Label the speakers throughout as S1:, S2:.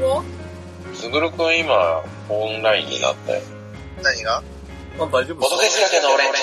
S1: うわ
S2: つぐるくん今、オンラインになったよ。
S3: 何が
S1: まあ大丈夫
S2: お届けしなきゃの俺んち。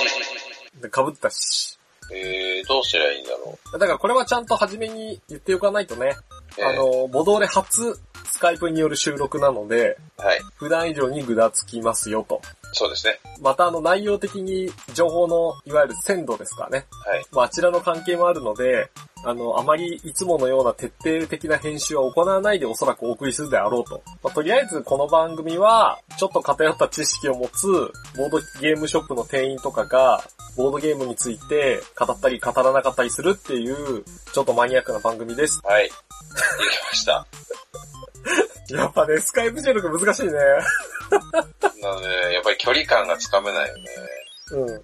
S1: でかぶったし。
S2: えー、どうすりゃいいんだろ
S1: だからこれはちゃんと初めに言っておかないとね。
S2: う。えー
S1: あ、の、ボドーレ初スカイプによる収録なので、
S2: はい。
S1: 普段以上にぐだつきますよと。
S2: そうですね。
S1: またあの内容的に情報のいわゆる鮮度ですかね。
S2: はい。
S1: まああちらの関係もあるので、あの、あまりいつものような徹底的な編集は行わないでおそらくお送りするであろうと。まあ、とりあえずこの番組は、ちょっと偏った知識を持つ、ボードゲームショップの店員とかが、ボードゲームについて語ったり語らなかったりするっていう、ちょっとマニアックな番組です。
S2: はい。できま した。
S1: やっぱね、スカイプ収録難しいね。
S2: なので、やっぱり距離感がつかめないよね。
S1: うん。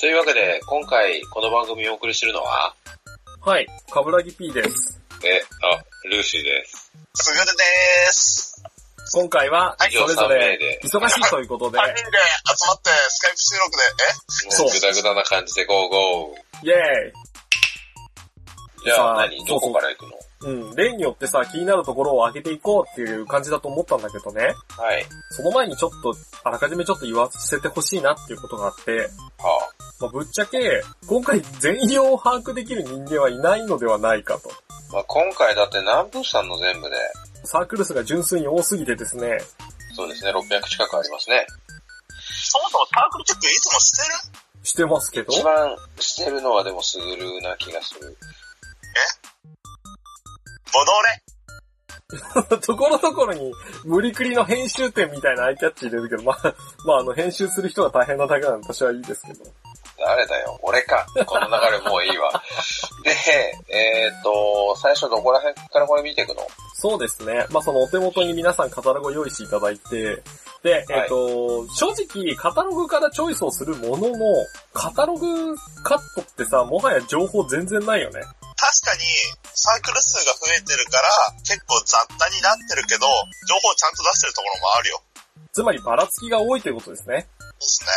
S2: というわけで、今回この番組をお送りするのは、
S1: はい、カブラギ P です。
S2: え、あ、ルーシーです。
S3: すぐるでーす。
S1: 今回は、
S2: はい
S1: そ
S2: 以上
S1: れぞ
S2: 三名
S1: れ
S2: で、
S1: 忙しいということで
S3: 3、人で集まってスカイプ収録で、
S2: も
S1: そう
S2: うグダグダな感じでゴーゴー。
S1: イェーイ
S2: じゃあ
S1: さあ
S2: 何どこから行くの
S1: うん、例によってさ、気になるところを上げていこうっていう感じだと思ったんだけどね、
S2: はい。
S1: その前にちょっと、あらかじめちょっと言わせてほしいなっていうことがあって、
S2: は
S1: まあ、ぶっちゃけ、今回全容を把握できる人間はいないのではないかと。
S2: あ。まあ今回だって南部さんの全部で、
S1: サークル数が純粋に多すぎてですね、
S2: そうですね、600近くありますね。
S3: えそもそもサークルチェックいつもしてる
S1: してますけど、
S2: 一番してるのはでもスグルな気がする。
S3: ボドレ。
S1: ところどころに無理くりの編集点みたいなアイキャッチ入れるけど、まあ、まああの編集する人が大変なだけなんで私はいいですけど。
S2: 誰だよ俺か。この流れもういい わ。で、えーっと、最初どこら辺からこれ見ていくの
S1: そうですね。まあ、そのお手元に皆さんカタログを用意していただいて、で、えっ、と、正直、カタログからチョイスをするものの、カタログカットってさ、もはや情報全然ないよね。
S3: 確かに、サークル数が増えてるから、結構雑多になってるけど、情報ちゃんと出してるところもあるよ。
S1: つまり、ばらつきが多いということですね。
S3: ですね。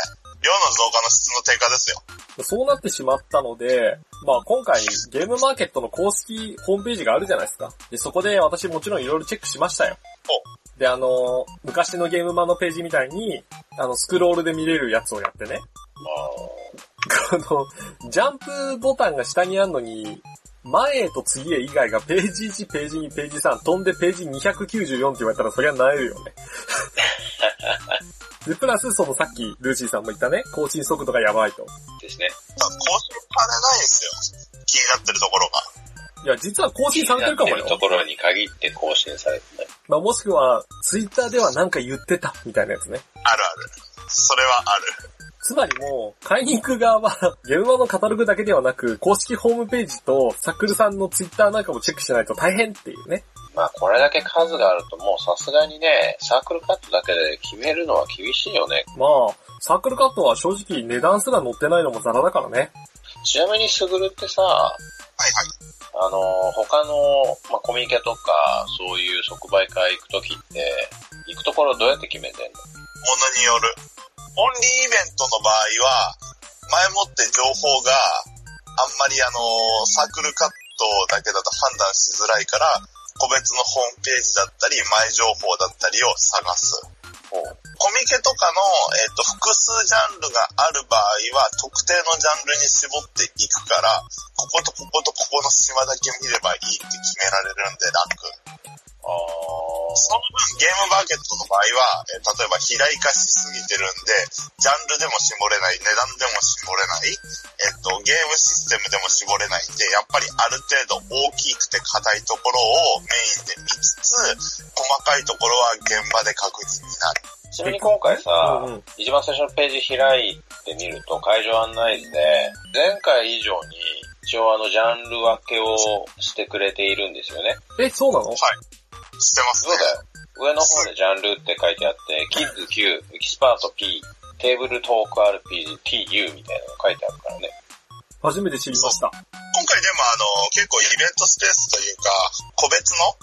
S3: 量の増加の質の低下ですよ。
S1: そうなってしまったので、まあ今回ゲームマーケットの公式ホームページがあるじゃないですか。で、そこで私もちろんいろいろチェックしましたよ。で、あの、昔のゲームマのページみたいに、あの、スクロールで見れるやつをやってね。あの、ジャンプボタンが下にあるのに、前へと次へ以外がページ1、ページ2、ページ3、飛んでページ294って言われたらそりゃ萎えるよ ね。で、プラスそのさっきルーシーさんも言ったね、更新速度がやばいと。
S2: ですね。
S3: だから更新されないんですよ。気になってるところが。
S1: いや、実は更新されてるかも
S2: や
S1: よ
S2: って。ところに限って更新されてない。
S1: まあ、もしくは、ツイッターではなんか言ってた、みたいなやつね。
S3: あるある。それはある。
S1: つまりもう、買いに行く側は、ゲームマのカタログだけではなく、公式ホームページと、サックルさんのツイッターなんかもチェックしないと大変っていうね。
S2: まあこれだけ数があるともうさすがにね、サークルカットだけで決めるのは厳しいよね。
S1: まあ、サークルカットは正直値段すら載ってないのもザラだからね。
S2: ちなみにスグルってさ、あ
S3: はいはい。
S2: の、他の、まあ、コミケとか、そういう即売会行くときって、行くところどうやって決めてんの
S3: ものによる。オンリーイベントの場合は、前もって情報があんまりあのー、サークルカットだけだと判断しづらいから、個別のホームページだったり、前情報だったりを探す。コミケとかの、えっと複数ジャンルがある場合は、特定のジャンルに絞っていくから、こことこことここの島だけ見ればいいって決められるんで楽。
S2: あ
S3: その分ゲームマーケットの場合は、えー例えば肥大化しすぎてるんで、ジャンルでも絞れない、値段でも絞れない、えっと、ゲームシステムでも絞れないんで、やっぱりある程度大きくて硬いところをメインで見つつ、細かいところは現場で確認になる。
S2: ーちなみに今回さ、
S1: うんうん
S2: 一番最初のページ開いてみると会場案内図で、前回以上に一応あのジャンル分けをしてくれているんですよね。
S1: え、そうなの
S3: してます
S2: そう
S3: ね。
S2: だよ。上の方でジャンルって書いてあって、キッズ Q、エキスパート P、テーブルトーク RPG、TU みたいなの書いてあるからね。
S1: 初めて知りました。
S3: 今回でもあの、結構イベントスペースというか、個別の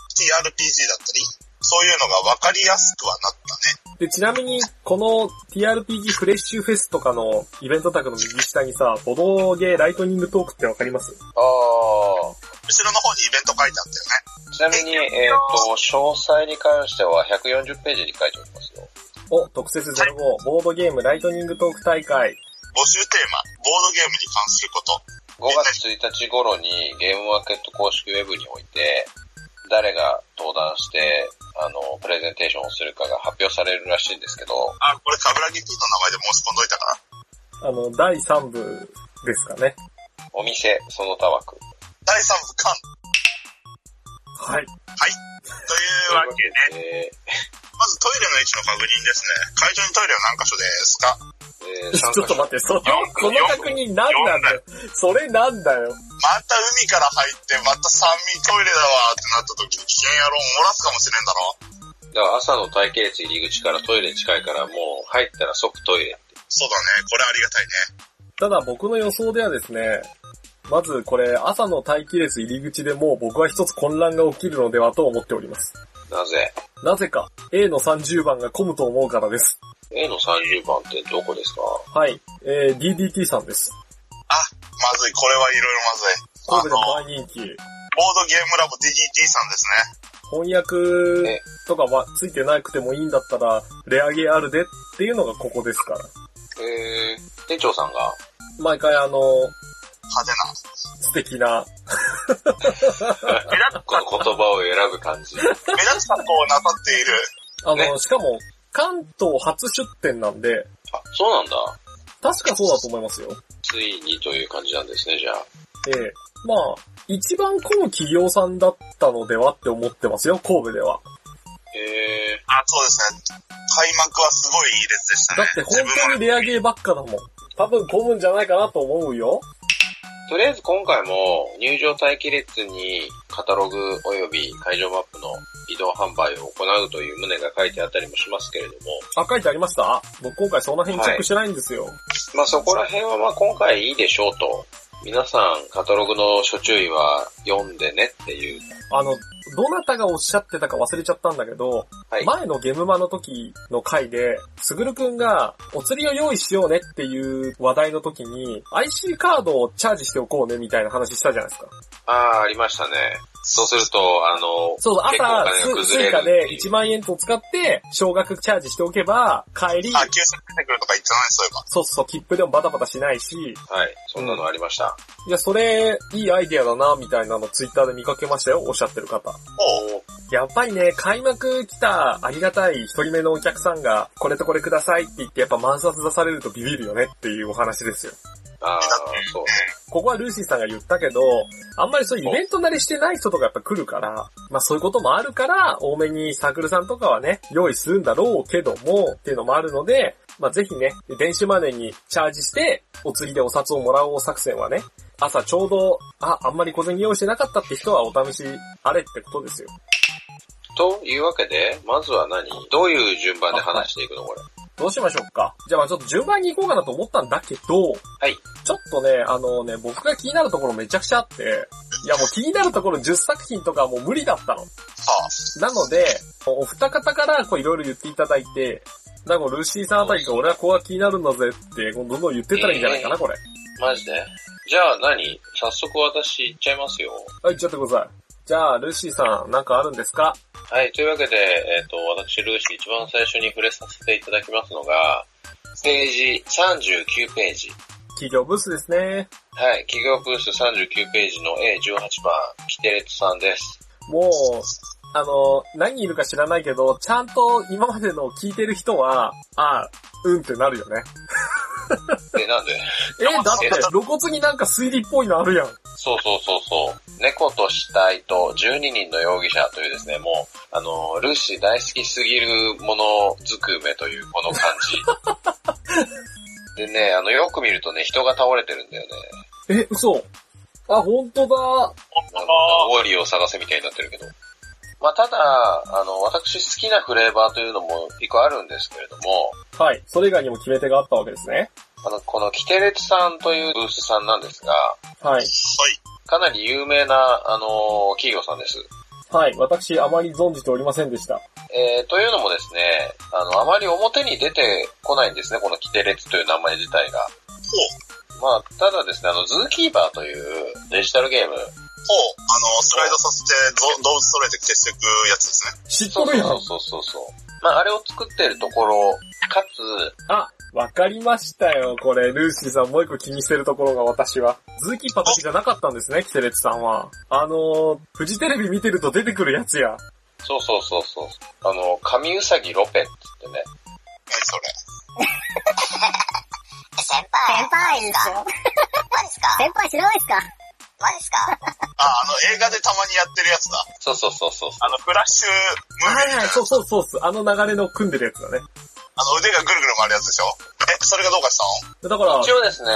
S3: TRPG だったり、そういうのが分かりやすくはなったね。
S1: で、ちなみに、この TRPG フレッシュフェスとかのイベントタグの右下にさ、ボドゲーライトニングトークってわかります
S2: ああ。
S3: 後ろの方にイベント書いてあったよね。
S2: ちなみに、えっ、と、詳細に関しては140ページに書いておりますよ。
S1: お、特設05、ボードゲームライトニングトーク大会。
S3: 募集テーマ、ボードゲームに関すること。
S2: 5月1日頃にゲームマーケット公式ウェブにおいて、誰が登壇して、あの、プレゼンテーションをするかが発表されるらしいんですけど、
S3: あ、これ、カブラギ P の名前で申し込んどいたかな。
S1: あの、第3部ですかね。
S2: お店、その他枠。
S3: 第3部完
S1: はい。
S3: というわけで、
S2: で、
S3: まずトイレの位置の確認ですね。会場にトイレは何箇所ですか
S2: えー
S1: ちょ
S2: 参加
S1: っと
S2: 者
S1: 待って、その、
S3: 四
S1: この確認何なんだよ。それなんだよ。
S3: また海から入って、また三味トイレだわってなった時に危険野郎漏らすかもしれんだろ。
S2: だから朝の待機列入り口からトイレ近いからもう入ったら即トイレ。
S3: そうだね。これありがたいね。
S1: ただ僕の予想ではですね、まずこれ朝の待機列入り口でもう僕は一つ混乱が起きるのではと思っております。
S2: なぜ
S1: なぜか A の30番が混むと思うからです。
S2: ?A の30番ってどこですか
S1: はい。えー、DDT さんです。
S3: まずい。これはいろいろま
S1: 神
S3: ずい。
S1: 戸で
S3: あの、
S1: 大人気。
S3: ボードゲームラボ DGT さんですね。
S1: 翻訳とかはついてなくてもいいんだったら、レアゲーあるでっていうのがここですから。
S2: えー、店長さんが、
S1: 毎回あの、
S3: 派手 な。
S1: 素敵な、
S2: この言葉を選ぶ感じ。
S3: 目立つ格好をなさっている。
S1: あの、
S2: ね
S1: しかも、関東初出店なんで、
S2: あ、そうなんだ。
S1: 確かそうだと思いますよ。
S2: ついにという感じなんですね、じゃあ。
S1: ええまあ、一番この企業さんだったのではって思ってますよ、神戸では。
S2: えー、
S3: あ、そうですね。開幕はすごいいい列でした
S1: だ
S3: ね
S1: っ。て本
S3: 自分
S1: 当
S3: も
S1: にレアゲーばっかだもん。多分混むんじゃないかなと思うよ。
S2: とりあえず今回も入場待機列にカタログ及び会場マップの移動販売を行うという旨が書いてあったりもしますけれども、
S1: あ、書いてありました僕今回その辺チェックしてないんですよ。
S2: まあそこら辺はまあ今回いいでしょうと。皆さんカタログの諸注意は読んでねっていう。
S1: あの、どなたがおっしゃってたか忘れちゃったんだけど、
S2: はい。
S1: 前のゲムマの時の回で、すぐるくんがお釣りを用意しようねっていう話題の時に、IC カードをチャージしておこうねみたいな話したじゃないですか。
S2: ああ、ありましたね。そうすると、あの、
S1: そうそう、
S2: 結構お金
S1: 朝
S2: が
S1: ス、
S2: 崩
S1: ス
S2: れ
S1: イ
S2: る
S1: カで
S2: っていう
S1: 1万円と使って、少額チャージしておけば、帰り、
S3: あ、急戦出てくるとか言ってないそういえば。
S1: そうそう、切符でもバタバタしないし、
S2: はい。そんなのありました。
S1: いや、それ、いいアイディアだな、みたいなのツイッターで見かけましたよ、おっしゃってる方。
S3: おう
S1: やっぱりね、開幕来たありがたい一人目のお客さんが、これとこれくださいって言って、やっぱ満札出されるとビビるよねっていうお話ですよ。
S2: ああ、そう。
S1: ここはルーシーさんが言ったけど、あんまりそういうイベント慣れしてない人とかやっぱ来るから、まあそういうこともあるから、多めにサークルさんとかはね、用意するんだろうけども、っていうのもあるので、まあぜひね、電子マネーにチャージして、お釣りでお札をもらおう作戦はね、朝ちょうど、あ、あんまり小銭用意してなかったって人はお試しあれってことですよ。
S2: というわけで、まずは何どういう順番で話していくのこれ。
S1: どうしましょうか。じゃあまあちょっと順番に行こうかなと思ったんだけど、
S2: はい。
S1: ちょっとね、あのね、僕が気になるところめちゃくちゃあって、いやもう気になるところ10作品とかはもう無理だったの。
S3: はあ、
S1: なので、お二方からこういろいろ言っていただいて、なんかルーシーさんあたりが俺はここが気になるんだぜって、どんどん言ってったらいいんじゃないかな、これ。
S2: マジでじゃあ何早速私行っちゃいますよ。
S1: はい、言っちゃってください。じゃあ、ルーシーさん、なんかあるんですか
S2: はい、というわけで、えっ、と、私、ルーシー一番最初に触れさせていただきますのが、ページ39ページ。
S1: 企業ブースですね。
S2: はい、企業ブース39ページの A18 番、キテレツさんです。
S1: もう、あの、何人いるか知らないけど、ちゃんと今までのを聞いてる人は、ああ、うんってなるよね。
S2: で、なんで
S1: え、だって露骨になんか推理っぽいのあるやん。
S2: そうそうそうそう。猫と死体と12人の容疑者というですね、もう、あの、ルーシー大好きすぎるものずくめというこの感じ。でね、あの、よく見るとね、人が倒れてるんだよね。
S1: え、嘘。あ、本当だ。
S2: あの、ウォーリーを探せみたいになってるけど。まあ、ただ、あの、私好きなフレーバーというのも一個あるんですけれども、
S1: はい。それ以外にも決め手があったわけですね。
S2: あの、このキテレツさんというブースさんなんですが、
S1: はい。
S3: はい。
S2: かなり有名な、あの、企業さんです。
S1: はい。私、あまり存じておりませんでした。
S2: えー、というのもですね、あの、あまり表に出てこないんですね、この規定列という名前自体が。
S3: ほう、
S2: まあ、ただですね、あの、ズーキーバーというデジタルゲーム。
S3: ほう、あの、スライドさせて、ど動物揃えて消していくやつですね。
S1: 知っ
S2: そ
S1: と
S2: う
S1: るや
S2: そ
S1: ん
S2: う。そうそうそう。まあ、あれを作ってるところ、かつ、
S1: あ、わかりましたよ、これ。ルーシーさんもう一個気にしてるところが私は。ズーキーパだけじゃなかったんですね、キセレツさんは。あのー、フジテレビ見てると出てくるやつや。
S2: そうそうそうそう。あの、神うさぎロペっつってね。
S3: 何それ。
S4: 先
S5: 先輩
S4: 輩ですよ。
S5: マジっすか
S4: 先輩知らないですか
S5: マジっすか
S3: あ、あの、映画でたまにやってるやつだ。
S2: そうそうそうそう。
S3: あの、フラッシュムービーみたいな。
S1: そうそうそうっす。あの流れの組んでるやつだね。
S3: あの、腕がぐるぐる回るやつでしょえ、それがどうかしたの
S1: だから
S2: 一、応ですね、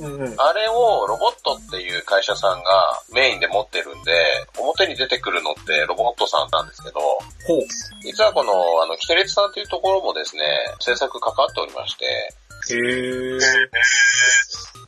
S1: うんうん。
S2: あれをロボットっていう会社さんがメインで持ってるんで、表に出てくるのってロボットさんなんですけど、
S1: ほう。
S2: 実はこの、あの、キテレツさんというところもですね、制作関わっておりまして、
S1: へー。
S2: っ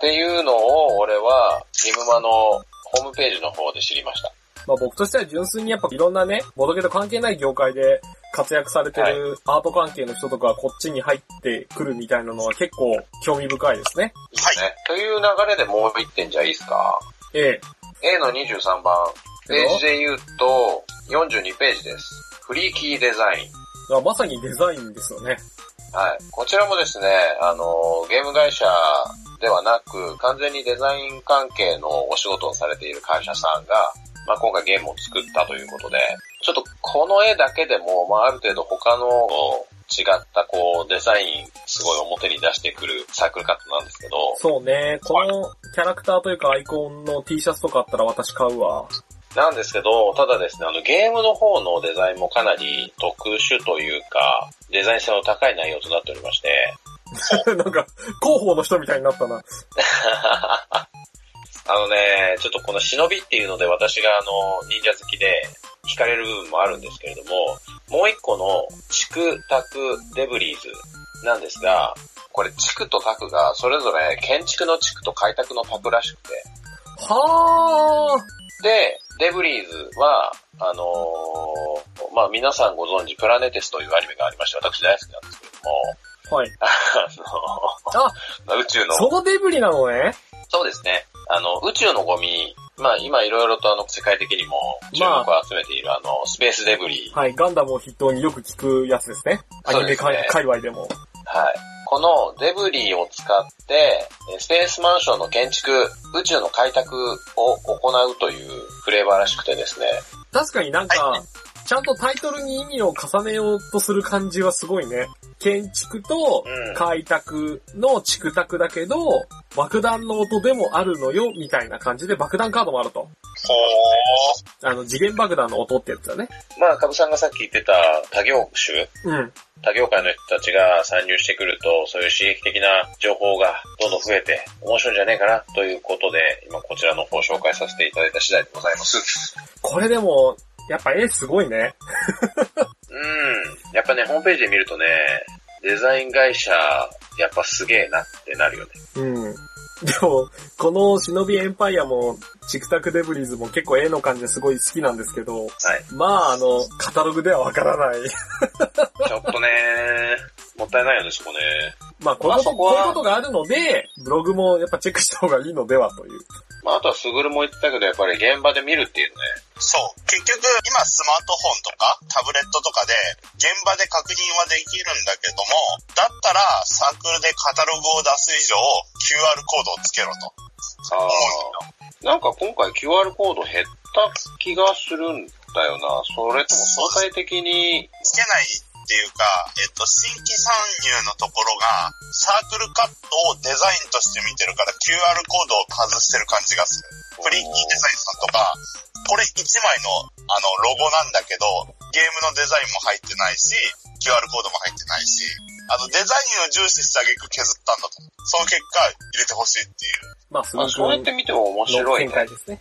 S2: ていうのを俺は、ゲームマのホームページの方で知りました。
S1: まあ僕としては純粋にやっぱいろんなね、ボドゲと関係ない業界で活躍されてるアート関係の人とかこっちに入ってくるみたいなのは結構興味深いですね。
S2: いいですね。という流れでもう一点じゃいいですか。
S1: ええ。
S2: A の23番、ページで言うと、42ページです。フリーキーデザイン。
S1: まあまさにデザインですよね。
S2: はい。こちらもですね、あの、ゲーム会社ではなく、完全にデザイン関係のお仕事をされている会社さんが、まあ、今回ゲームを作ったということで、ちょっとこの絵だけでも、まあ、ある程度他の違ったこう、デザイン、すごい表に出してくるサークルカットなんですけど、
S1: そうね。このキャラクターというかアイコンの T シャツとかあったら私買うわ。
S2: なんですけど、ただですね、あの、ゲームの方のデザインもかなり特殊というか、デザイン性の高い内容となっておりまして、
S1: なんか、広報の人みたいになったな。
S2: あのね、ちょっとこの忍びっていうので私があの、忍者好きで惹かれる部分もあるんですけれども、もう一個の、地区、タク、デブリーズなんですが、これ地区とタクがそれぞれ建築の地区と開拓のタクらしくて、
S1: はー
S2: で、デブリーズは、あのーまあ、皆さんご存知、プラネテスというアニメがありまして、私大好きなんですけれども、
S1: はい。
S2: あの
S1: あ
S2: まあ宇宙の、
S1: そのデブリなのね。
S2: そうですね、あの、宇宙のゴミ、まあ、今いろいろとあの、世界的にも注目を集めている、あの、スペースデブリ、
S1: はい。ガンダムを筆頭によく聞くやつですね。アニメ界,、
S2: そうですね
S1: 界隈でも。
S2: はい。このデブリを使って、えスペースマンションの建築、宇宙の開拓を行うというフレーバーらしくてですね、
S1: 確かになんか、ちゃんとタイトルに意味を重ねようとする感じはすごいね。建築と
S2: うん
S1: 開拓のチクタクだけど、爆弾の音でもあるのよ、みたいな感じで爆弾カードもあると。
S3: ほー。
S1: あの、次元爆弾の音ってやつだね。
S2: まあ、カブさんがさっき言ってた多業種
S1: うん。
S2: 他業界の人たちが参入してくると、そういう刺激的な情報がどんどん増えて、面白いんじゃねえかなということで、今こちらの方を紹介させていただいた次第でございます。
S1: これでも、やっぱ絵すごいね。
S2: うん。やっぱね、ホームページで見るとね、デザイン会社、やっぱすげえなってなるよね。
S1: うん。でも、この忍びエンパイアも、チクタクデブリーズも結構絵の感じですごい好きなんですけ
S2: は
S1: ど、
S2: い。
S1: まああの、カタログではわからない。
S2: ちょっとね、もったいないよね、そこね。
S1: まあこういうこ
S2: まあそ
S1: と、
S2: こ
S1: こ
S2: は
S1: ういうことがあるので、ブログもやっぱチェックした方がいいのではという。
S2: まあ、あとはスグルも言ってたけど、やっぱり現場で見るっていうね。
S3: そう。結局、今スマートフォンとかタブレットとかで現場で確認はできるんだけども、だったらサークルでカタログを出す以上 QR コードをつけろと。
S2: ああ。なんか今回 QR コード減った気がするんだよな。それとも相対的に
S3: つけないっていうか、えっと、新規参入のところがサークルカットをデザインとして見てるから QR コードを外してる感じがする。フリーキーデザインさんとか、これ1枚のあのロゴなんだけど、ゲームのデザインも入ってないし、QR コードも入ってないし、あとデザインを重視してあげく削ったんだと。その結果、入れてほしいっていう。
S1: まあす
S2: まあ、そうやって見ても面
S1: の
S2: 白い
S1: 見
S2: ね。
S1: 解ですね。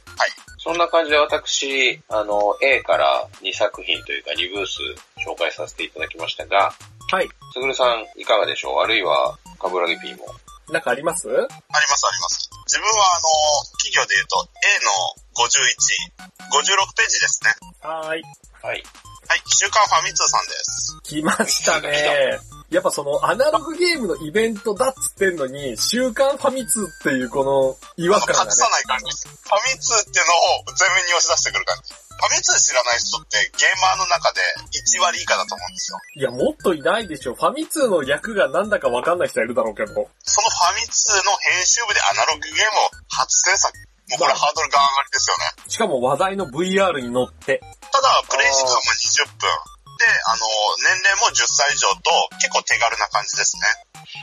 S2: そんな感じで私、あの、A から2作品というか2ブース紹介させていただきましたが、
S1: はい。
S2: つぐるさんいかがでしょうあるいは、かぶらぎ P も。
S1: なんかあります
S3: ありますあります。自分はあの、企業で言うと A の51、56ページですね。
S1: はーい。
S2: はい。
S3: はい、週刊ファミ通さんです。
S1: 来ましたね。やっぱそのアナログゲームのイベントだっつってんのに、週刊ファミ通っていうこの違和
S3: 隠
S1: 感がね。
S3: さない感じ。ファミ通ってのを全面に押し出してくる感じ。ファミ通知らない人ってゲーマーの中で1割以下だと思うんですよ。
S1: いや、もっといないでしょ。ファミ通の略がなんだかわかんない人いるだろうけど。
S3: そのファミ通の編集部でアナログゲームを初制作。もうこれハードルが上がりですよね。
S1: しかも話題の VR に乗って。
S3: ただ、プレイ時間も20分。で、あの、年齢も10歳以上と、結構手軽な感じですね。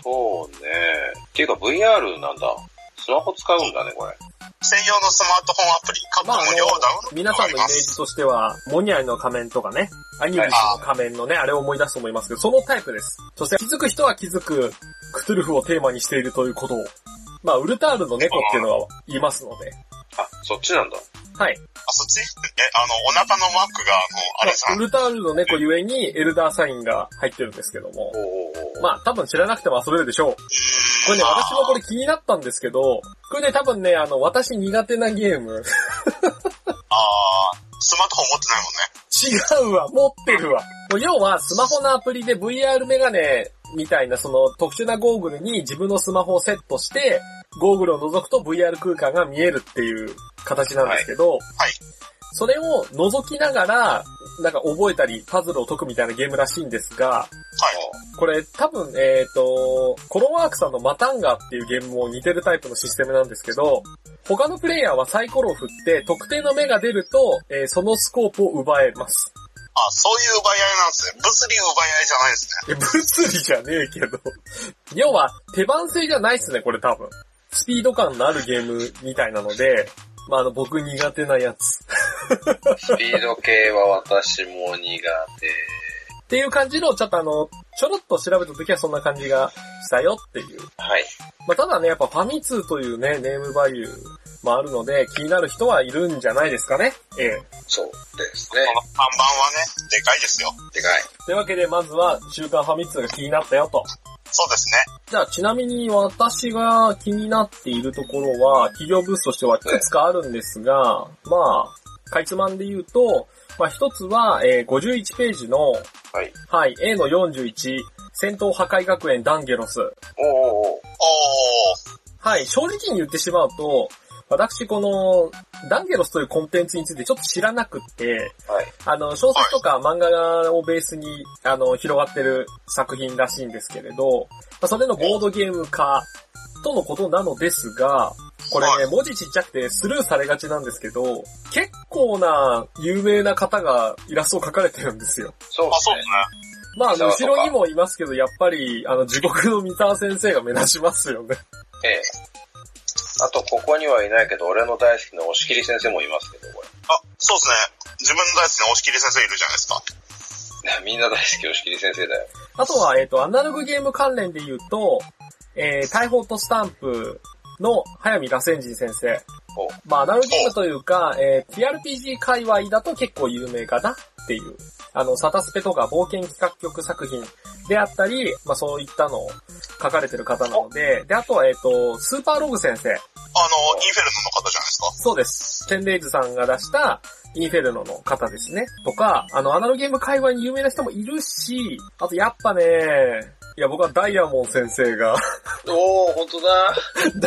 S2: そうね。っていうか VR なんだ。スマホ使うんだね、これ。
S3: 専用のスマートフォンアプリ、過去
S1: まあ、あ
S3: 無料ダウ
S1: の、
S3: ンロ
S1: 皆
S3: ードが
S1: さ
S3: あ
S1: ん
S3: り
S1: のイメ
S3: ま
S1: ージ
S3: す。
S1: としては、モニアイの仮面とかね、アニュリスの仮面のね、あれを思い出すと思いますけど、そのタイプです。そして気づく人は気づく、クトゥルフをテーマにしているということを。まあ、ウルタールの猫っていうのは言いますので。
S2: あ、そっちなんだ。
S1: はい。
S3: あ、そっちえ、あの、お腹のマークが、あの、あれじゃ
S1: ウ
S3: ん。
S1: ルタールの猫ゆえに、エルダーサインが入ってるんですけども
S2: お。うおうおう
S1: まあ、多分知らなくても遊べるでしょう。これね、私もこれ気になったんですけど、これね、多分ね、あの、私苦手なゲーム。
S3: あー、スマートフォン持ってないもんね。
S1: 違うわ、持ってるわ。もう要は、スマホのアプリで VR メガネみたいな、その特殊なゴーグルに自分のスマホをセットして、ゴーグルを覗くと VR 空間が見えるっていう形なんですけど、
S3: はい
S1: それを覗きながら、なんか覚えたり、パズルを解くみたいなゲームらしいんですが、
S3: はい。
S1: これ多分、えっ、と、コロワークさんのマタンガっていうゲームも似てるタイプのシステムなんですけど、他のプレイヤーはサイコロを振って、特定の目が出ると、えーそのスコープを奪えます。
S3: あ、そういう奪い合いなんですね。物理奪い合いじゃないんですね。
S1: え、物理じゃねえけど。要は、手番制じゃないっすね、これ多分。スピード感のあるゲームみたいなので、まあ、あの、僕苦手なやつ。
S2: スピード系は私も苦手。
S1: っていう感じの、ちょっとあの、ちょろっと調べた時はそんな感じがしたよっていう。
S2: はい。
S1: まあ、ただね、やっぱファミ通というね、ネームバリューもあるので、気になる人はいるんじゃないですかね。ええ。
S2: そうですね
S3: こ。の看板はね、でかいですよ。
S2: でかい。
S1: というわけで、まずは、週刊ファミ通が気になったよと。
S3: そうですね。
S1: じゃあ、ちなみに私が気になっているところは、企業ブースとしてはいくつかあるんですが、まあ、かいつまんで言うと、まあ一つは、えー51ページの、
S2: はい。
S1: はい、A の41、戦闘破壊学園ダンゲロス。
S2: おうおうおう
S3: おー、
S1: はい、正直に言ってしまうと、私この、ダンゲロスというコンテンツについてちょっと知らなくって、
S2: はい。
S1: あの、小説とか漫画をベースに、あの、広がってる作品らしいんですけれど、まあそれのボードゲーム化とのことなのですが、これ
S3: は
S1: ね、文字ちっちゃくてスルーされがちなんですけど、結構な有名な方がイラストを描かれてるんですよ。
S2: そう
S3: あ、
S2: です
S3: そう
S2: ね
S3: です。ね。
S1: まあ、あの
S2: そうか
S1: 後ろにもいますけど、やっぱり、あの、地獄の三沢先生が目立ちますよね。
S2: ええ。あと、ここにはいないけど、俺の大好きな押切先生もいますけど、こ
S3: あ、そうですね。自分の大好きな押切先生いるじゃないですか。
S2: れ。 みんな大好き押切先生だよ。
S1: あとは、えっ、と、アナログゲーム関連で言うと、えー、大砲とスタンプの早見螺旋人先生。
S2: お
S1: まあ、アナログゲームというか、えー、TRPG 界隈だと結構有名かなっていう。あの、サタスペとか冒険企画局作品であったり、まあそういったのを書かれてる方なので、で、あとは、えっ、と、スーパーログ先生。
S3: あの、インフェルノの方じゃないですか。
S1: そうです。テンレイズさんが出した、インフェルノの方ですね。とか、あの、アナログゲーム界隈に有名な人もいるし、あとやっぱね、いや僕はダイヤモン先生 が、
S2: おー、ほんとだ。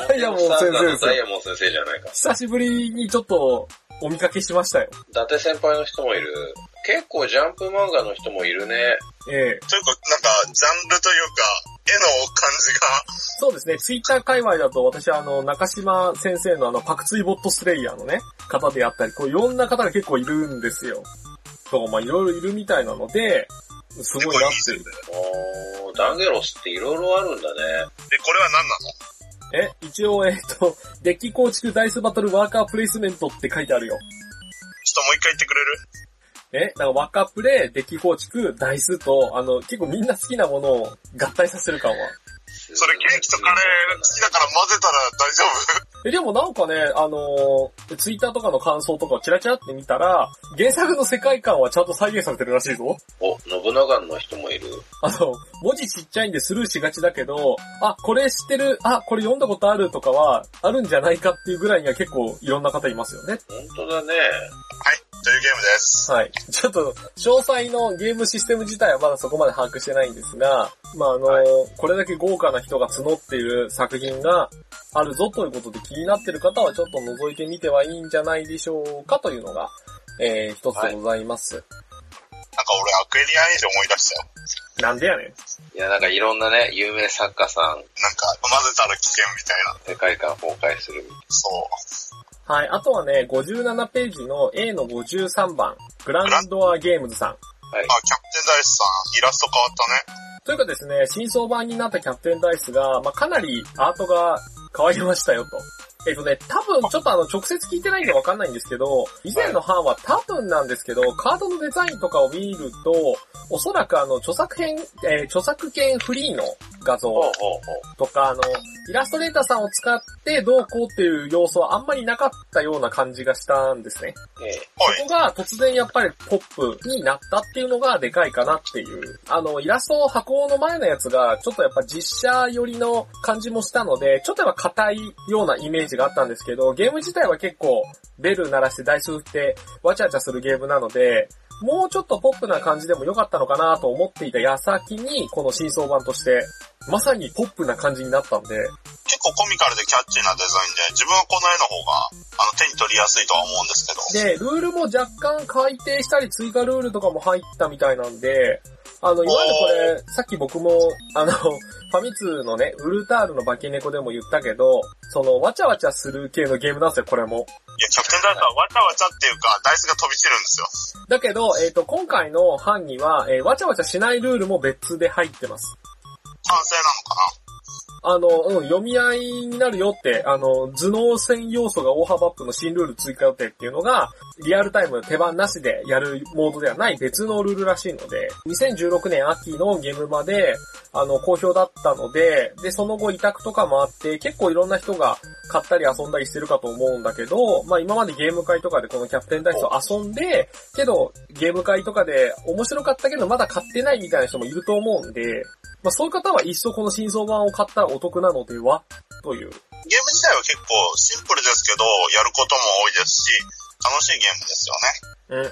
S1: ダイヤモン先生です
S2: ダイヤ
S1: よ。
S2: モン先生じゃないか。
S1: 久しぶりにちょっとお見かけしましたよ。
S2: 伊達先輩の人もいる。結構ジャンプ漫画の人もいるね。
S1: ええ
S3: というか、なんか、ジャンルというか、絵の感じが、
S1: そうですね、ツイッター界隈だと私はあの、中島先生のあの、パクツイボットスレイヤーのね、方であったり、こういろんな方が結構いるんですよ。とか、まあいろいろいるみたいなので、すごいなっていう。
S2: おー、ダンゲロスっていろいろあるんだね。
S3: え、これは何なの
S1: え、一応、えっと、デッキ構築ダイスバトルワーカープレイスメントって書いてあるよ。
S3: ちょっともう一回言ってくれる
S1: え、なんかワーカープレイ、デッキ構築、ダイスと、あの、結構みんな好きなものを合体させる感は。
S3: それケーキとカレー好きだから混ぜたら大丈夫
S1: え、でもなんかね、あのーツイッターとかの感想とかをチラチラって見たら、原作の世界観はちゃんと再現されてるらしいぞ。
S2: お、信長の人もいる。
S1: あの、文字ちっちゃいんでスルーしがちだけど、あ、これ知ってる、あ、これ読んだことあるとかは、あるんじゃないかっていうぐらいには結構いろんな方いますよね。
S2: ほんとだね。
S3: というゲームです。
S1: はい。ちょっと、詳細のゲームシステム自体はまだそこまで把握してないんですが、まあ、あの、
S2: は
S1: これだけ豪華な人が募っている作品があるぞということで気になっている方はちょっと覗いてみてはいいんじゃないでしょうかというのが、えー、一つでございます。
S3: なんか俺、アクエリアンエイジ思い出したよ。
S1: なんでやねん。
S2: いや、なんかいろんなね、有名作家さん、
S3: なんか、混ぜたら危険みたいな。
S2: 世界観崩壊するみたいな。
S3: そう。
S1: はい。あとはね、57ページの A の53番、グランドアゲームズさん。
S3: あ、キャプテンダイスさん、イラスト変わったね。
S1: というかですね、新装版になったキャプテンダイスが、まあ、かなりアートが変わりましたよと。えっとね、多分ちょっとあの、直接聞いてないんでわかんないんですけど、以前の版は多分なんですけど、カードのデザインとかを見ると、おそらくあの、著作編、えー著作権フリーの画像
S2: ほうほうほう。
S1: とか、あの、イラストレーターさんを使ってどうこうっていう要素はあんまりなかったような感じがしたんですね。
S2: ええ
S3: はい。
S1: そこが突然やっぱりポップになったっていうのがでかいかなっていう。あの、イラスト箱の前のやつが、ちょっとやっぱ実写寄りの感じもしたので、ちょっとやっぱ硬いようなイメージがあったんですけど、ゲーム自体は結構ベル鳴らして台数振ってわちゃわちゃするゲームなので、もうちょっとポップな感じでも良かったのかなと思っていた矢先に、この新装版として、まさにポップな感じになったんで、
S3: 結構コミカルでキャッチーなデザインで、自分はこの絵の方が、あの、手に取りやすいとは思うんですけど。
S1: で、ルールも若干改定したり追加ルールとかも入ったみたいなんで、あの、いわゆるこれ、さっき僕も、あの、ファミ通のね、ウルタールの化け猫でも言ったけど、その、わちゃわちゃする系のゲームなんですよ、これも。
S3: いや、キャプテンダイスはわちゃわちゃっていうか、ダイスが飛び散るんですよ。
S1: だけど、えっ、と、今回の版には、えーわちゃわちゃしないルールも別で入ってます。
S3: 完成なのかな
S1: あの、うん、読み合いになるよって、あの、頭脳戦要素が大幅アップの新ルール追加予定っていうのが、リアルタイム手番なしでやるモードではない別のルールらしいので、2016年秋のゲームまで、あの、好評だったので、で、その後委託とかもあって、結構いろんな人が買ったり遊んだりしてるかと思うんだけど、まあ今までゲーム会とかでこのキャプテンダイスを遊んで、けど、ゲーム会とかで面白かったけどまだ買ってないみたいな人もいると思うんで、まあそういう方は一層この新装版を買ったらお得なのではとい
S3: ゲ
S1: う。
S3: ーム自体は結構シンプルですけど、やることも多いですし、楽しいゲームですよね。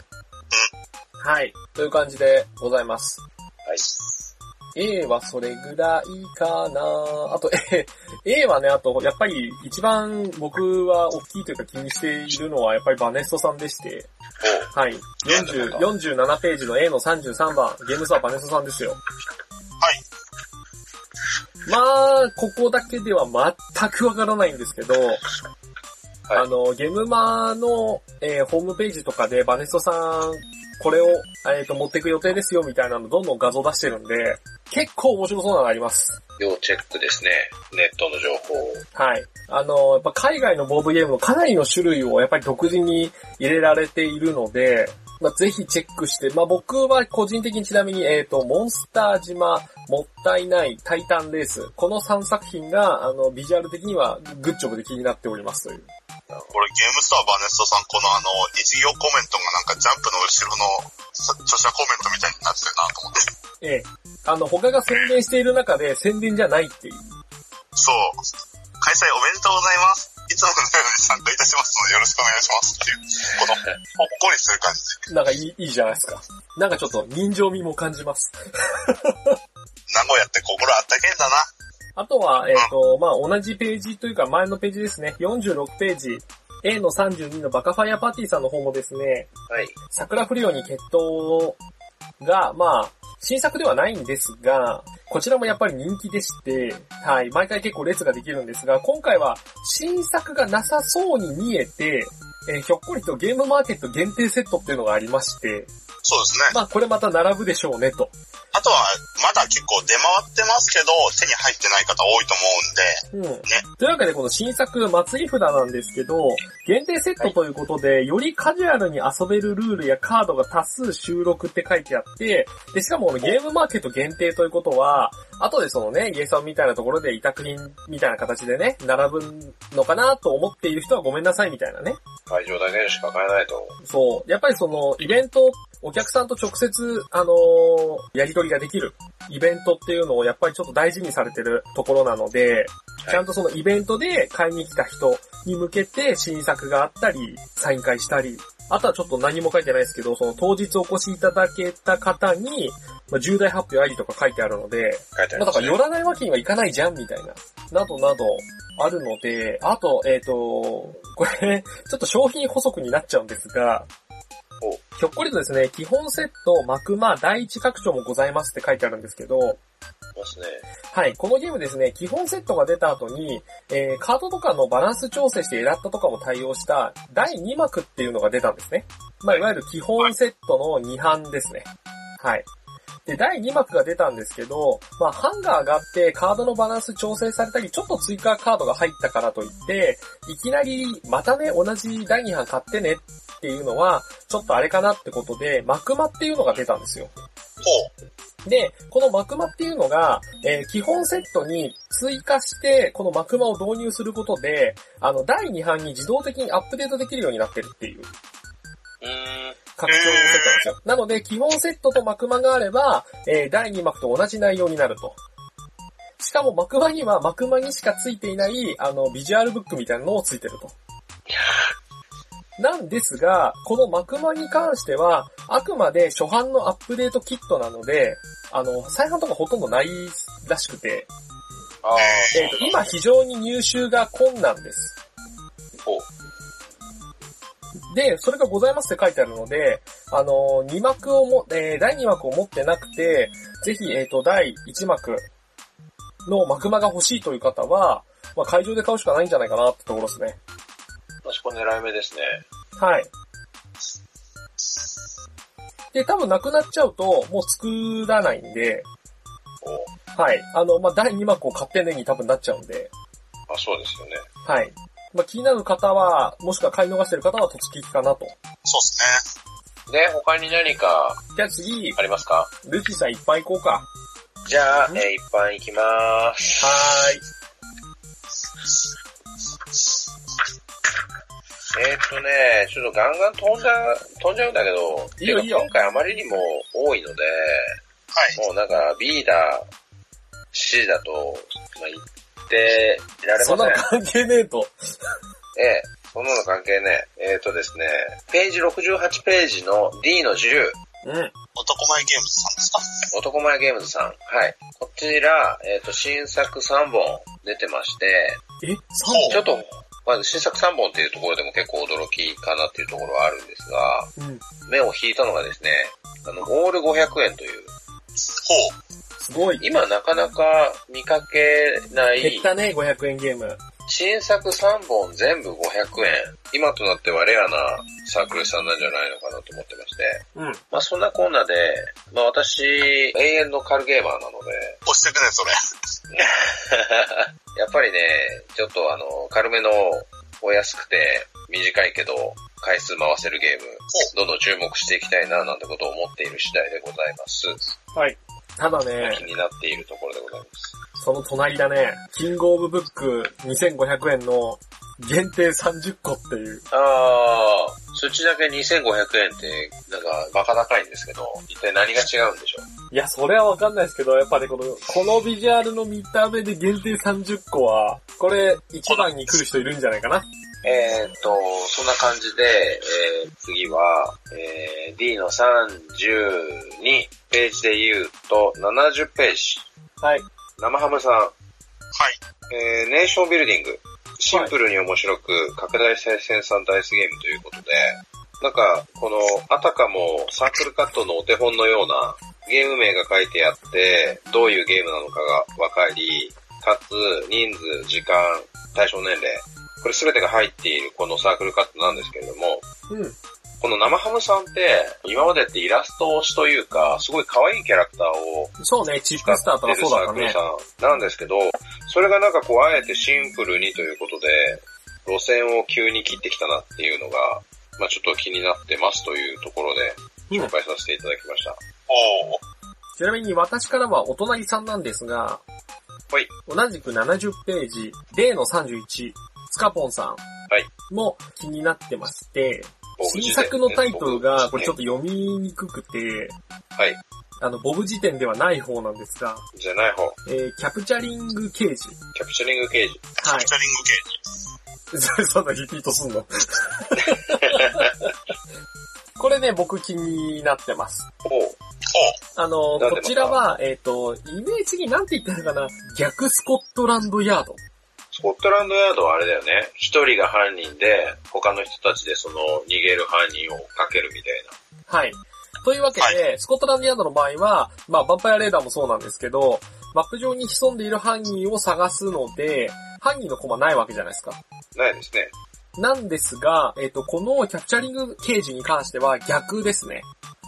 S1: うん。はい。という感じでございます。
S2: はい。
S1: A はそれぐらいかなあと、A、A はね、あと、やっぱり一番僕は大きいというか気にしているのはやっぱりバネストさんでして、はい。40 47ページの A の33番、ゲームスはバネストさんですよ。
S3: はい。
S1: まあ、ここだけでは全くわからないんですけど、あの、ゲムマの、えーホームページとかでバネストさん、これを、えっ、と、持っていく予定ですよみたいなのどんどん画像出してるんで、結構面白そうなのあります。
S2: 要チェックですね。ネットの情報を。
S1: はい。あの、やっぱ海外のボードゲームのかなりの種類をやっぱり独自に入れられているので、まあ、ぜひチェックして、まあ、僕は個人的にちなみに、えっ、と、モンスター島、もったいない、タイタンレース、この3作品が、あの、ビジュアル的にはグッジョブで気になっておりますという。
S3: これゲームスターバネストさん、このあの、一行コメントがなんかジャンプの後ろのさ著者コメントみたいになってるなと思って。
S1: ええ。あの、他が宣伝している中で宣伝じゃないっていう。
S3: そう。開催おめでとうございます。いつものように参加いたしますのでよろしくお願いしますっていう、この、ほっこりする感じで。
S1: なんかいい、いいじゃないですか。なんかちょっと人情味も感じます。
S3: 名古屋って心あったけんだな。
S1: あとは、えっ、と、まあ、同じページというか前のページですね。46ページ。A の32のバカファイアパーティーさんの方もですね、
S2: はい。
S1: 桜不良に決闘が、まあ、新作ではないんですが、こちらもやっぱり人気でして、はい、毎回結構列ができるんですが、今回は新作がなさそうに見えて、えーひょっこりとゲームマーケット限定セットっていうのがありまして、
S3: そうですね。
S1: まあこれまた並ぶでしょうねと。
S3: あとは、まだ結構出回ってますけど、手に入ってない方多いと思うんで、
S1: うん。というわけでこの新作祭り札なんですけど、限定セットということで、よりカジュアルに遊べるルールやカードが多数収録って書いてあって、で、しかもこのゲームマーケット限定ということは、後でそのね、ゲーさんみたいなところで委託品みたいな形でね、並ぶのかなと思っている人はごめんなさいみたいなね。
S2: 会場だけでしか買えないと思う。
S1: そう。やっぱりその、イベント、お客さんと直接、あのーやり取りができるイベントっていうのをやっぱりちょっと大事にされてるところなので、
S2: はい
S1: ちゃんとそのイベントで買いに来た人に向けて新作があったり、サイン会したり、あとはちょっと何も書いてないですけど、その当日お越しいただけた方に、まあ、重大発表ありとか書いてあるので、
S2: 書いてあり
S1: まあ、
S2: ま
S1: だか
S2: す
S1: ら
S2: ね。
S1: 寄らないわけにはいかないじゃん、みたいな。などなど、あるので、あと、えっ、と、これ、ちょっと商品補足になっちゃうんですが、
S2: お
S1: ひょっこりとですね、基本セット、マクマ、第一拡張もございますって書いてあるんですけど、
S2: ますね。
S1: はい、このゲームですね、基本セットが出た後に、えー、カードとかのバランス調整してエラットとかも対応した第2幕っていうのが出たんですね。まあ、いわゆる基本セットの2版ですね。はい。で、第2幕が出たんですけど、まあ、ハンガーがあって、カードのバランス調整されたり、ちょっと追加カードが入ったからといって、いきなり、またね、同じ第2版買ってねっていうのは、ちょっとあれかなってことで、マクマっていうのが出たんですよ。
S3: ほう。
S1: で、このマクマっていうのが、えー基本セットに追加して、このマクマを導入することで、あの、第2版に自動的にアップデートできるようになってるっていう
S2: うーん。
S1: 拡張セットなんですよ。なので、基本セットとマクマがあれば、えー第2幕と同じ内容になると。しかも、マクマには、マクマにしか付いていない、あの、ビジュアルブックみたいなのを付いてると。なんですが、このマクマに関しては、あくまで初版のアップデートキットなので、あの、再版とかほとんどないらしくて、
S2: ああ、
S1: えーと今非常に入手が困難です。
S2: ほう。
S1: で、それがございますって書いてあるので、あのー、2幕をも、えー第2幕を持ってなくて、ぜひ、えっ、と、第1幕のマクマが欲しいという方は、まあ、会場で買うしかないんじゃないかなってところですね。
S2: もしこ狙い目ですね。
S1: はい。で、多分なくなっちゃうと、もう作らないんで、
S2: ほう。
S1: はい。あの、まあ、第2幕を買ってねに多分なっちゃうんで、
S2: あ、そうですよね。
S1: はい。まあ、気になる方は、もしくは買い逃してる方は突撃かなと。
S3: そうですね。
S2: で、他に何か
S1: じゃあ次、
S2: ありますか
S1: ルキさんいっぱい行こうか。
S2: じゃあ、
S1: うん
S2: えー、一般行きまーす。
S1: はーい。
S2: えーっとね、ちょっとガンガン飛んじゃ、飛んじゃうんだけど、
S1: いいよ
S2: てか
S1: いいよ
S2: 今回あまりにも多いので、
S3: はい。
S2: もうなんか B だ、C だと、まあ、言っていられ
S1: そ
S2: ま
S1: んなの
S2: せん。
S1: 関係ねえと。
S2: ええ、そんなの関係ねえ。えーっとですね、ページ68ページの D の10、
S1: うん。
S3: 男前ゲームズさんですか
S2: 男前ゲームズさん。はい。こちら、えーっと、新作3本出てまして、
S1: え、三
S3: 本
S2: ちょっと、まず新作3本っていうところでも結構驚きかなっていうところはあるんですが、
S1: うん。
S2: 目を引いたのがですね、あの、オール500円という、
S3: ほう。
S1: すごい。
S2: 今なかなか見かけな
S1: 減
S2: い
S1: っ、たね、500円ゲーム。
S2: 新作3本全部500円、今となってはレアなサークルさんなんじゃないのかなと思ってまして、
S1: うん。
S2: まあそんなこんなで、まあ私、永遠のカルゲーマーなの で、
S3: 押してくね、それ。
S2: やっぱりね、ちょっとあの、軽めのお安くて短いけど、回数回せるゲーム、どんどん注目していきたいななんてことを思っている次第でございます。
S1: はい。ただね
S2: 気、になっているところでございます。
S1: その隣だね、キングオブブック2500円の限定30個っていう。
S2: あー、そっちだけ2500円って、なんか、バカ高いんですけど、一体何が違うんでしょう
S1: いや、それはわかんないですけど、やっぱりこの、このビジュアルの見た目で限定30個は、これ、一番に来る人いるんじゃないかな。
S2: えーっと、そんな感じで、えー、次は、えー、D の32ページで言うと、70ページ。
S1: はい。
S2: 生ハムさん、
S3: はい。
S2: えー、ネーションビルディング。シンプルに面白く、拡大再生産ダイスゲームということで、なんか、この、あたかもサークルカットのお手本のような、ゲーム名が書いてあって、どういうゲームなのかがわかり、かつ、人数、時間、対象年齢、これ全てが入っているこのサークルカットなんですけれども、
S1: うん。
S2: この生ハムさんって、今までってイラスト推しというか、すごい可愛いキャラクターを
S1: そうね、チップスターとかそうだったね
S2: サ。ークルさんなんですけど、それがなんかこう、あえてシンプルにということで、路線を急に切ってきたなっていうのが、まあちょっと気になってますというところで、
S1: うん
S2: 紹介させていただきました。
S3: ほう。
S1: ちなみに私からはお隣さんなんですが、
S2: はい。
S1: 同じく70ページ、例の31、スカポンさん。
S2: い
S1: も気になってまして、
S2: ボブ
S1: 新
S2: 辞典
S1: 作のタイトルが、これちょっ
S2: と。
S1: と読みにくくて、
S2: はい。
S1: あの、ボブ辞典ではない方なんですが、
S2: じゃない方、
S1: えー、キャプチャリング刑事。
S2: キャプチャリング刑事。
S1: は
S3: キャリング系。
S1: い。そそんなリピートすんの。 これね、僕気になってます。
S2: おう
S1: あの、
S2: なんで
S1: こちらは、えっ、と、イメージになんて言ったのかな、逆スコットランドヤード。
S2: スコットランドヤードはあれだよね。一人が犯人で、他の人たちでその逃げる犯人を追っかけるみたいな。
S1: はい。というわけで、スコットランドヤードの場合は、まあ、ヴァンパイアレーダーもそうなんですけど、マップ上に潜んでいる犯人を探すので、犯人の駒ないわけじゃないですか。
S2: ないですね。
S1: なんですが、えっ、と、このキャプチャリング刑事に関しては逆ですね。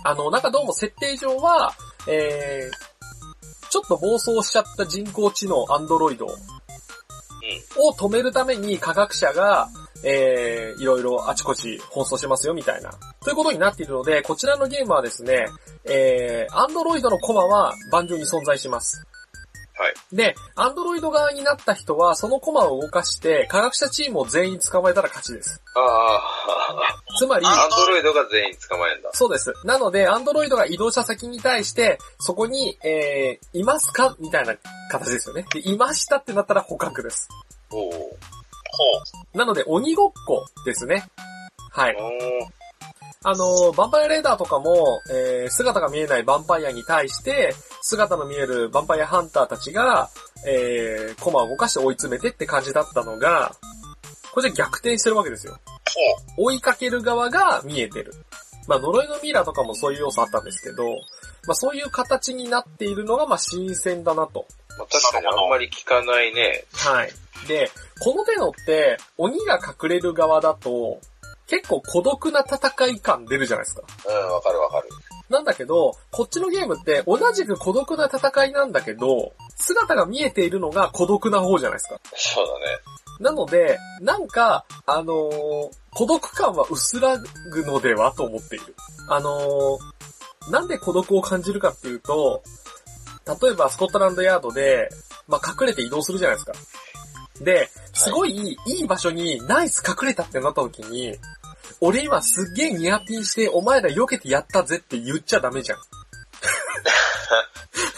S1: あの、なんかどうも設定上は、えー、ちょっと暴走しちゃった人工知能アンドロイドを止めるために科学者が、えー、いろいろあちこち奔走しますよみたいな。ということになっているので、こちらのゲームはですね、えー、アンドロイドのコマは盤上に存在します。
S2: はい。
S1: で、アンドロイド側になった人は、そのコマを動かして、科学者チームを全員捕まえたら勝ちです。
S2: ああ、
S1: つまり、
S2: アンドロイドが全員捕まえんだ。
S1: そうです。なので、アンドロイドが移動した先に対して、そこに、えー、いますかみたいな形ですよね。で、いましたってなったら捕獲です。
S2: おう
S1: なので、鬼ごっこですね。はい。
S2: おう
S1: あのー、ヴァンパイアレーダーとかも、えー、姿が見えないヴァンパイアに対して、姿の見えるヴァンパイアハンターたちが、えー、コマを動かして追い詰めてって感じだったのが、これで逆転してるわけですよ。追いかける側が見えてる。まあ、呪いのミイラとかもそういう要素あったんですけど、まあ、そういう形になっているのが、まあ、新鮮だなと。
S2: まあ、確かにあんまり聞かないね。
S1: はい。で、この手のって、鬼が隠れる側だと、結構孤独な戦い感出るじゃないですか。
S2: うん、わかるわかる。
S1: なんだけど、こっちのゲームって同じく孤独な戦いなんだけど、姿が見えているのが孤独な方じゃないですか。
S2: そうだね。
S1: なので、なんか、あのー孤独感は薄らぐのではと思っている。あのーなんで孤独を感じるかっていうと、例えばスコットランドヤードで、まあ、隠れて移動するじゃないですか。で、すごいいい場所にナイス隠れたってなった時に、俺今すっげえニアピンしてお前ら避けてやったぜって言っちゃダメじゃん。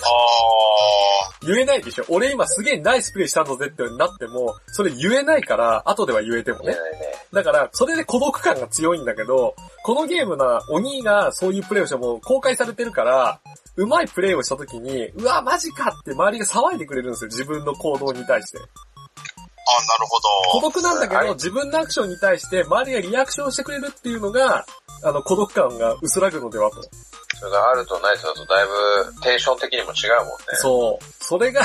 S3: あ
S1: 言えないでしょ。俺今すげえナイスプレイしたんだぜってなっても、それ言えないから、後では言えても
S2: いけ
S1: ね。
S2: ないね。
S1: だから、それで孤独感が強いんだけど、このゲームな鬼がそういうプレイをしても公開されてるから、うまいプレイをした時に、うわ、マジかって周りが騒いでくれるんですよ。自分の行動に対して。
S3: あ、あなるほ
S1: 孤
S3: ど。
S1: 独なんだ
S2: あ
S1: け
S2: れ
S1: ど、自分のアクションに対して周りがリアクションしてくれるっていうのが、あの、孤独感が薄らぐのではと。
S2: それがあるとないとだとだいぶテンション的にも違うもんね。
S1: そう。それが、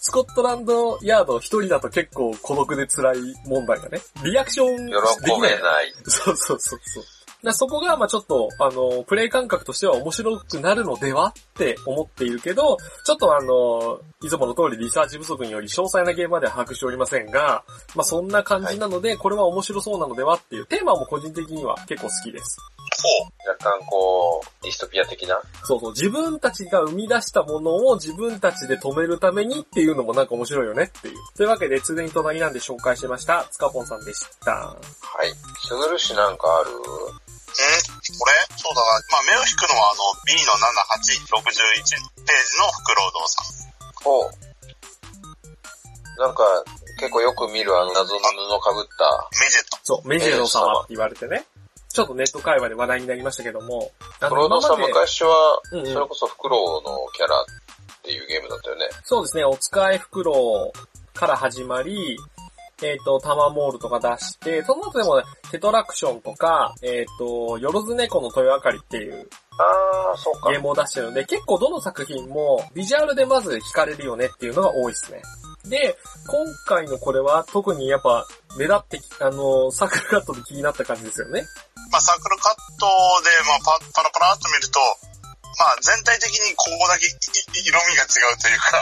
S1: スコットランドヤード一人だと結構孤独で辛い問題だね。リアクションで
S2: 喜
S1: き
S2: べ
S1: ない。
S2: ない。
S1: そうそうそうそう。だからそこが、まあちょっと、あの、プレイ感覚としては面白くなるのではって思っているけど、ちょっとあの、いつもの通りリサーチ不足により詳細なゲームまでは把握しておりませんが、まあそんな感じなので、これは面白そうなのではっていう、テーマも個人的には結構好きです。
S3: ほう。
S2: 若干こう、ディストピア的な。
S1: そうそう、自分たちが生み出したものを自分たちで止めるためにっていうのもなんか面白いよねっていう。というわけで、通電に隣なんで紹介しました、つかぽんさんでした。
S2: はい。すぐるしなんかある
S3: えこれそうだな。まあ、目を引くのは、あの、B の7861ページのフクロウドウさん。
S2: おなんか、結構よく見るあの謎の布被った。
S3: メジェット。
S1: そう、メジェロ様って言われてね。ちょっとネット会話で話題になりましたけども。あ
S2: クロードさん
S1: 今まで
S2: 昔は、
S1: う
S2: そ
S1: んうん
S2: れこそフクロウのキャラっていうゲームだったよね。
S1: そうですね、お使い袋から始まり、えっ、と、タマモールとか出して、その後でもね、テトラクションとか、えっ、と、よろず猫の豊明かりっていう
S2: あー、そうか。
S1: ゲームを出してるので、結構どの作品もビジュアルでまず惹かれるよねっていうのが多いですね。で、今回のこれは特にやっぱ目立ってき、あの、サークルカットで気になった感じですよね。
S3: まあ、サークルカットで、まあ、パパラパラっと見ると、まあ、全体的にここだけいい色味が違うというか、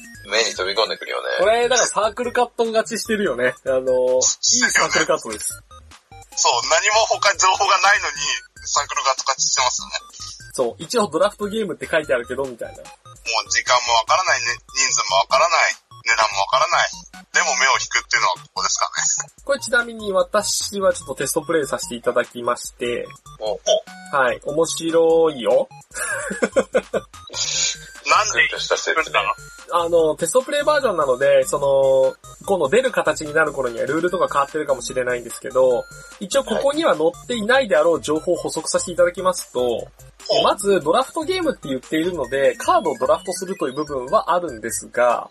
S2: 目に飛び込んでくるよ
S1: こ
S2: ね。
S1: れ、だからサークルカット勝ちしてるよね。あの、いいサークルカットです。
S3: そう、何も他情報がないのに、サークルカット勝ちしてますよね。
S1: そう、一応ドラフトゲームって書いてあるけど、みたいな。
S3: もう時間もわからない、ね、人数もわからない、値段もわからない。でも目を引くっていうのはここですかね。
S1: これちなみに私はちょっとテストプレイさせていただきまして、
S2: もう、
S1: はい、面白いよ。
S3: なん
S2: く
S3: で
S2: りとした説
S3: 言
S2: 明
S3: うん。だ
S1: あの、テストプレイバージョンなので、その、今度出る形になる頃にはルールとか変わってるかもしれないんですけど、一応ここには載っていないであろう情報を補足させていただきますと、
S3: ほう
S1: まずドラフトゲームって言っているので、カードをドラフトするという部分はあるんですが、
S3: は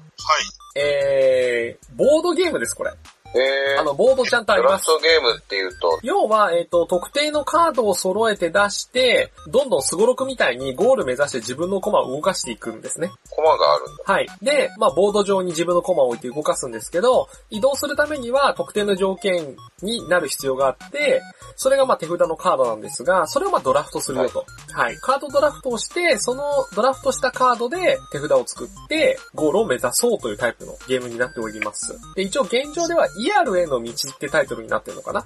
S3: い。
S1: えー、ボードゲームです、これ。
S2: え
S1: あ
S2: ー、
S1: の、ボードちゃんとあ
S2: ド
S1: り
S2: ラ
S1: ま
S2: フ
S1: す。
S2: トゲームっていうと、
S1: 要は、えっ、と、特定のカードを揃えて出して、どんどんスゴロクみたいにゴール目指して自分のコマを動かしていくんですね。
S2: コマがあるんだ。
S1: はい。で、まあ、ボード上に自分のコマを置いて動かすんですけど、移動するためには特定の条件になる必要があって、それがまあ手札のカードなんですが、それをまあドラフトするよと。はい。カードドラフトをして、そのドラフトしたカードで手札を作って、ゴールを目指そうというタイプのゲームになっております。で、一応現状ではイアルへの道ってタイトルになってるのかな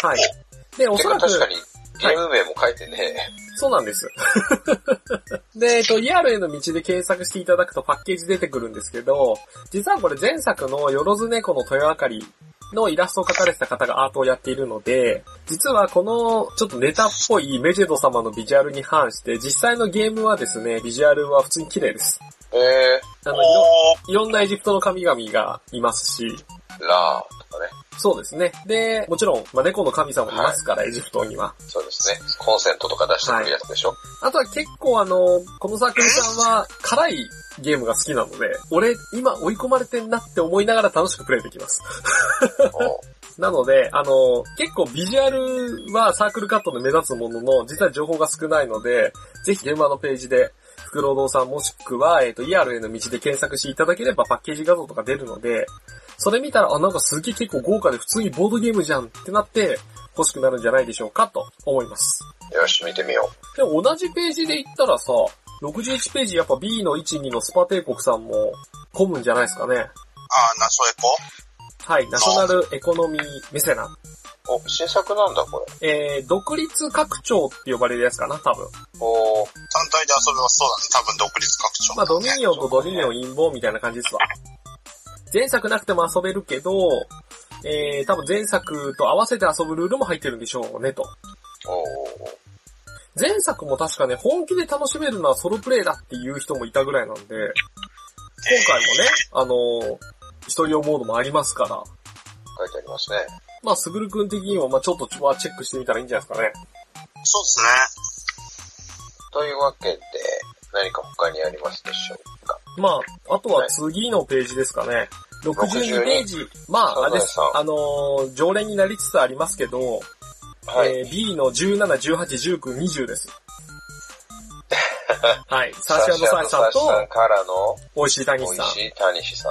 S2: は
S1: はい。で、
S2: あ、
S1: お
S2: て
S1: そ
S2: から
S1: く、
S2: 確かに、ゲーム名も書いてね、
S1: そうな んです。で、えっと、リアルへの道で検索していただくとパッケージ出てくるんですけど、実はこれ前作のよろず猫の豊明かりのイラストを描かれてた方がアートをやっているので、実はこのちょっとネタっぽいメジェド様のビジュアルに反して、実際のゲームはですね、ビジュアルは普通に綺麗です。
S2: え
S1: あの、いろ
S3: おー、
S1: いろんなエジプトの神々がいますし、
S2: ー、ラーとかね。
S1: そうですね。で、もちろん、まあ、猫の神様もいますから、エジプトには。
S2: そうですね。コンセントとか出してくるやつでしょ。
S1: あとは結構あの、このサークルさんは辛いゲームが好きなので、俺今追い込まれてんなって思いながら楽しくプレイできます。
S2: おう
S1: なので、あの、結構ビジュアルはサークルカットで目立つものの、実は情報が少ないので、ぜひ現場のページで、フクロウ堂さんもしくは、えっ、と、ER への道で検索していただければパッケージ画像とか出るので、それ見たら、あ、なんかすげえ結構豪華で普通にボードゲームじゃんってなって、欲しくなるんじゃないでしょうかと思います。
S2: よし、見てみよ
S1: でも同じページで言ったらさ、61ページやっぱ B の1、2のスパ帝国さんも混むんじゃないですかね。
S3: あー、ナショエコ
S1: はい、ナショナルエコノミーメセナ。
S2: う。お、新作なんだ、これ。
S1: えー、独立拡張って呼ばれるやつかな、多分。
S2: おー、
S3: 単体で遊べます。そうだね。多分独立拡張。
S1: まあ、ドミニオンとドミニオン陰謀みたいな感じですわ。前作なくても遊べるけど、えー、多分前作と合わせて遊ぶルールも入ってるんでしょうね、と。
S2: おー、おー
S1: 前作も確かね、本気で楽しめるのはソロプレイだっていう人もいたぐらいなんで、今回もね、あのー、一人用モードもありますから、
S2: 書いてありますね。
S1: まあ、すぐるくん的にも、まあちょっとはチェックしてみたらいいんじゃないですかね。
S3: そうですね。
S2: というわけで、何か他にありますでしょうか。
S1: まあ、あとは次のページですかね。62ページ。まあ、あれです
S2: サザエ。さ
S1: あのー常連になりつつありますけど、
S2: はい。
S1: えー B の17、18、19、20です。 はい。サーシアンドサイさん
S2: サーシアンドサイさん
S1: と、
S2: からの、
S1: 美味しい
S2: 美
S1: 谷
S2: 味
S1: さん。
S2: しい谷氏さん。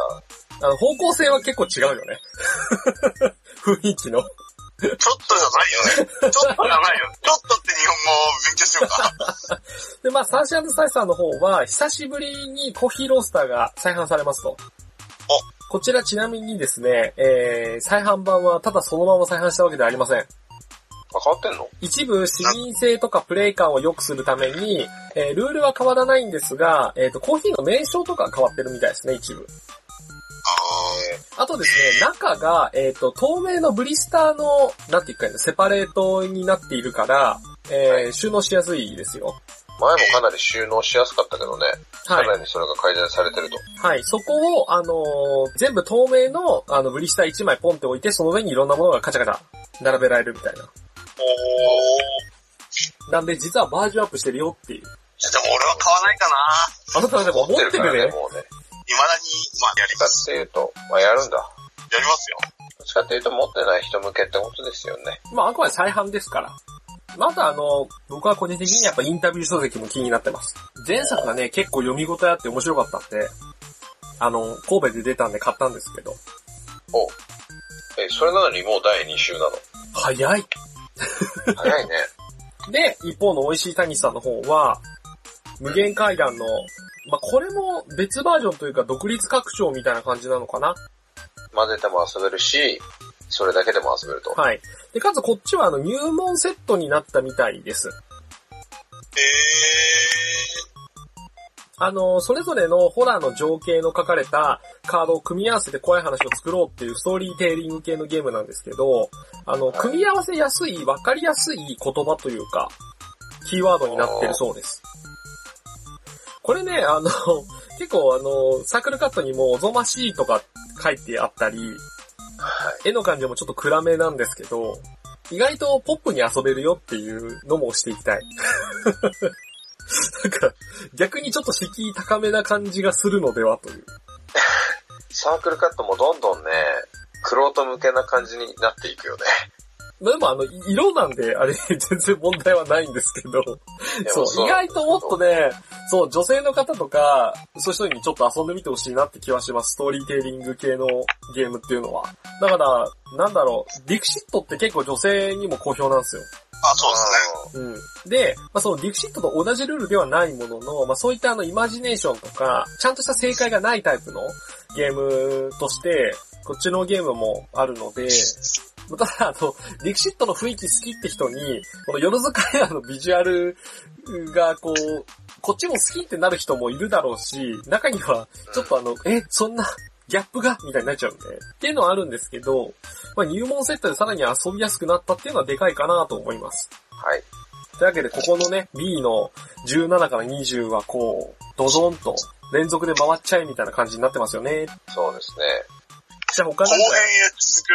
S1: あの、方向性は結構違うよね。 雰囲気の。
S3: ちょっとじゃないよね。ちょっとじゃ ないよ。ちょっとって日本語を勉強しようか。
S1: で、まあ、サンシャンサイさんの方は、久しぶりにコーヒーロースターが再販されますと。こちらちなみにですね、えー、再販版はただそのまま再販したわけではありません。
S2: あ、変わってんの
S1: 一部市民性とかプレイ感を良くするために、えールールは変わらないんですが、えっ、と、コーヒーの名称とか変わってるみたいですね、一部。
S2: え
S1: あとですね、中が、えっ、と、透明のブリスターの、なんていうかね、セパレートになっているから、えー
S2: は
S1: 収納しやすいですよ。
S2: ー前もかなり収納しやすかったけどね。
S1: は
S2: かなりそれが改善されてると。
S1: はい、そこを、あのー全部透明の、あの、ブリスター1枚ポンって置いて、その上にいろんなものがカチャカチャ並べられるみたいな。
S3: おー。
S1: なんで、実はバージョンアップしてるよっていう。
S3: いやでも俺は買わないかな。
S1: あなたはでも持って
S2: から
S1: るね。
S2: もうね。
S3: 未だに、まあやり
S2: だ
S3: ま
S2: っ
S3: す。
S2: ていうと、まあやるんだ。
S3: やりますよ。
S2: どっちかっていうと持ってない人向けってことですよね。
S1: まあ、あくまで再販ですから。まだあの、僕は個人的にやっぱインタビュー書籍も気になってます。前作がね、結構読み応えあって面白かったんで、あの、神戸で出たんで買ったんですけど、
S2: おえ、それなのにもう第2週なの。
S1: 早い。
S2: 早いね。
S1: で、一方の美味しい谷さんの方は、無限階段の、まあ、これも別バージョンというか独立拡張みたいな感じなのかな
S2: 混ぜても遊べるし、それだけでも遊べると。
S1: はい。で、かつこっちはあの入門セットになったみたいです。
S3: えー。
S1: あの、それぞれのホラーの情景の書かれたカードを組み合わせて怖い話を作ろうっていうストーリーテーリング系のゲームなんですけど、あの、
S2: い
S1: 組み合わせやすい、わかりやすい言葉というか、キーワードになってるそうです。これね、あの、 結構あの、サークルカットにもおぞましいとか書いてあったり、絵の感じもちょっと暗めなんですけど、意外とポップに遊べるよっていうのもしていき たい。なんか、逆にちょっと敷居高めな感じがするのではという。
S2: サークルカットもどんどんね、クロート向けな感じになっていく よね。
S1: でもあの、い色なんで、あれ、 全然問題はないんですけ
S2: で
S1: ど、
S2: も
S1: そう、意外ともっとね、そう、女性の方とか、そういう人にちょっと遊んでみてほしいなって気はします。ストーリーテーリング系のゲームっていうのは。だから、なんだろう、ディクシットって結構女性にも好評なんですよ。
S3: あ、そう
S1: うん。で、まあ、そのディクシットと同じルールではないものの、まあ、そういったあのイマジネーションとか、ちゃんとした正解がないタイプのゲームとして、こっちのゲームもあるので、ただ、あの、ディクシットの雰囲気好きって人に、この夜使いのビジュアルが、こう、こっちも好きってなる人もいるだろうし、中には、ちょっとあの、え、そんな、ギャップがみたいになっちゃうんで。っていうのはあるんですけど、まあ、入門セットでさらに遊びやすくなったっていうのはでかいかなと思います。
S2: はい。
S1: というわけで、ここのね、B の17から20はこう、ドドンと連続で回っちゃえみたいな感じになってますよね。
S2: そうですね。
S1: じゃあ他
S3: なんだ。後
S1: なんか
S3: 編へ続く。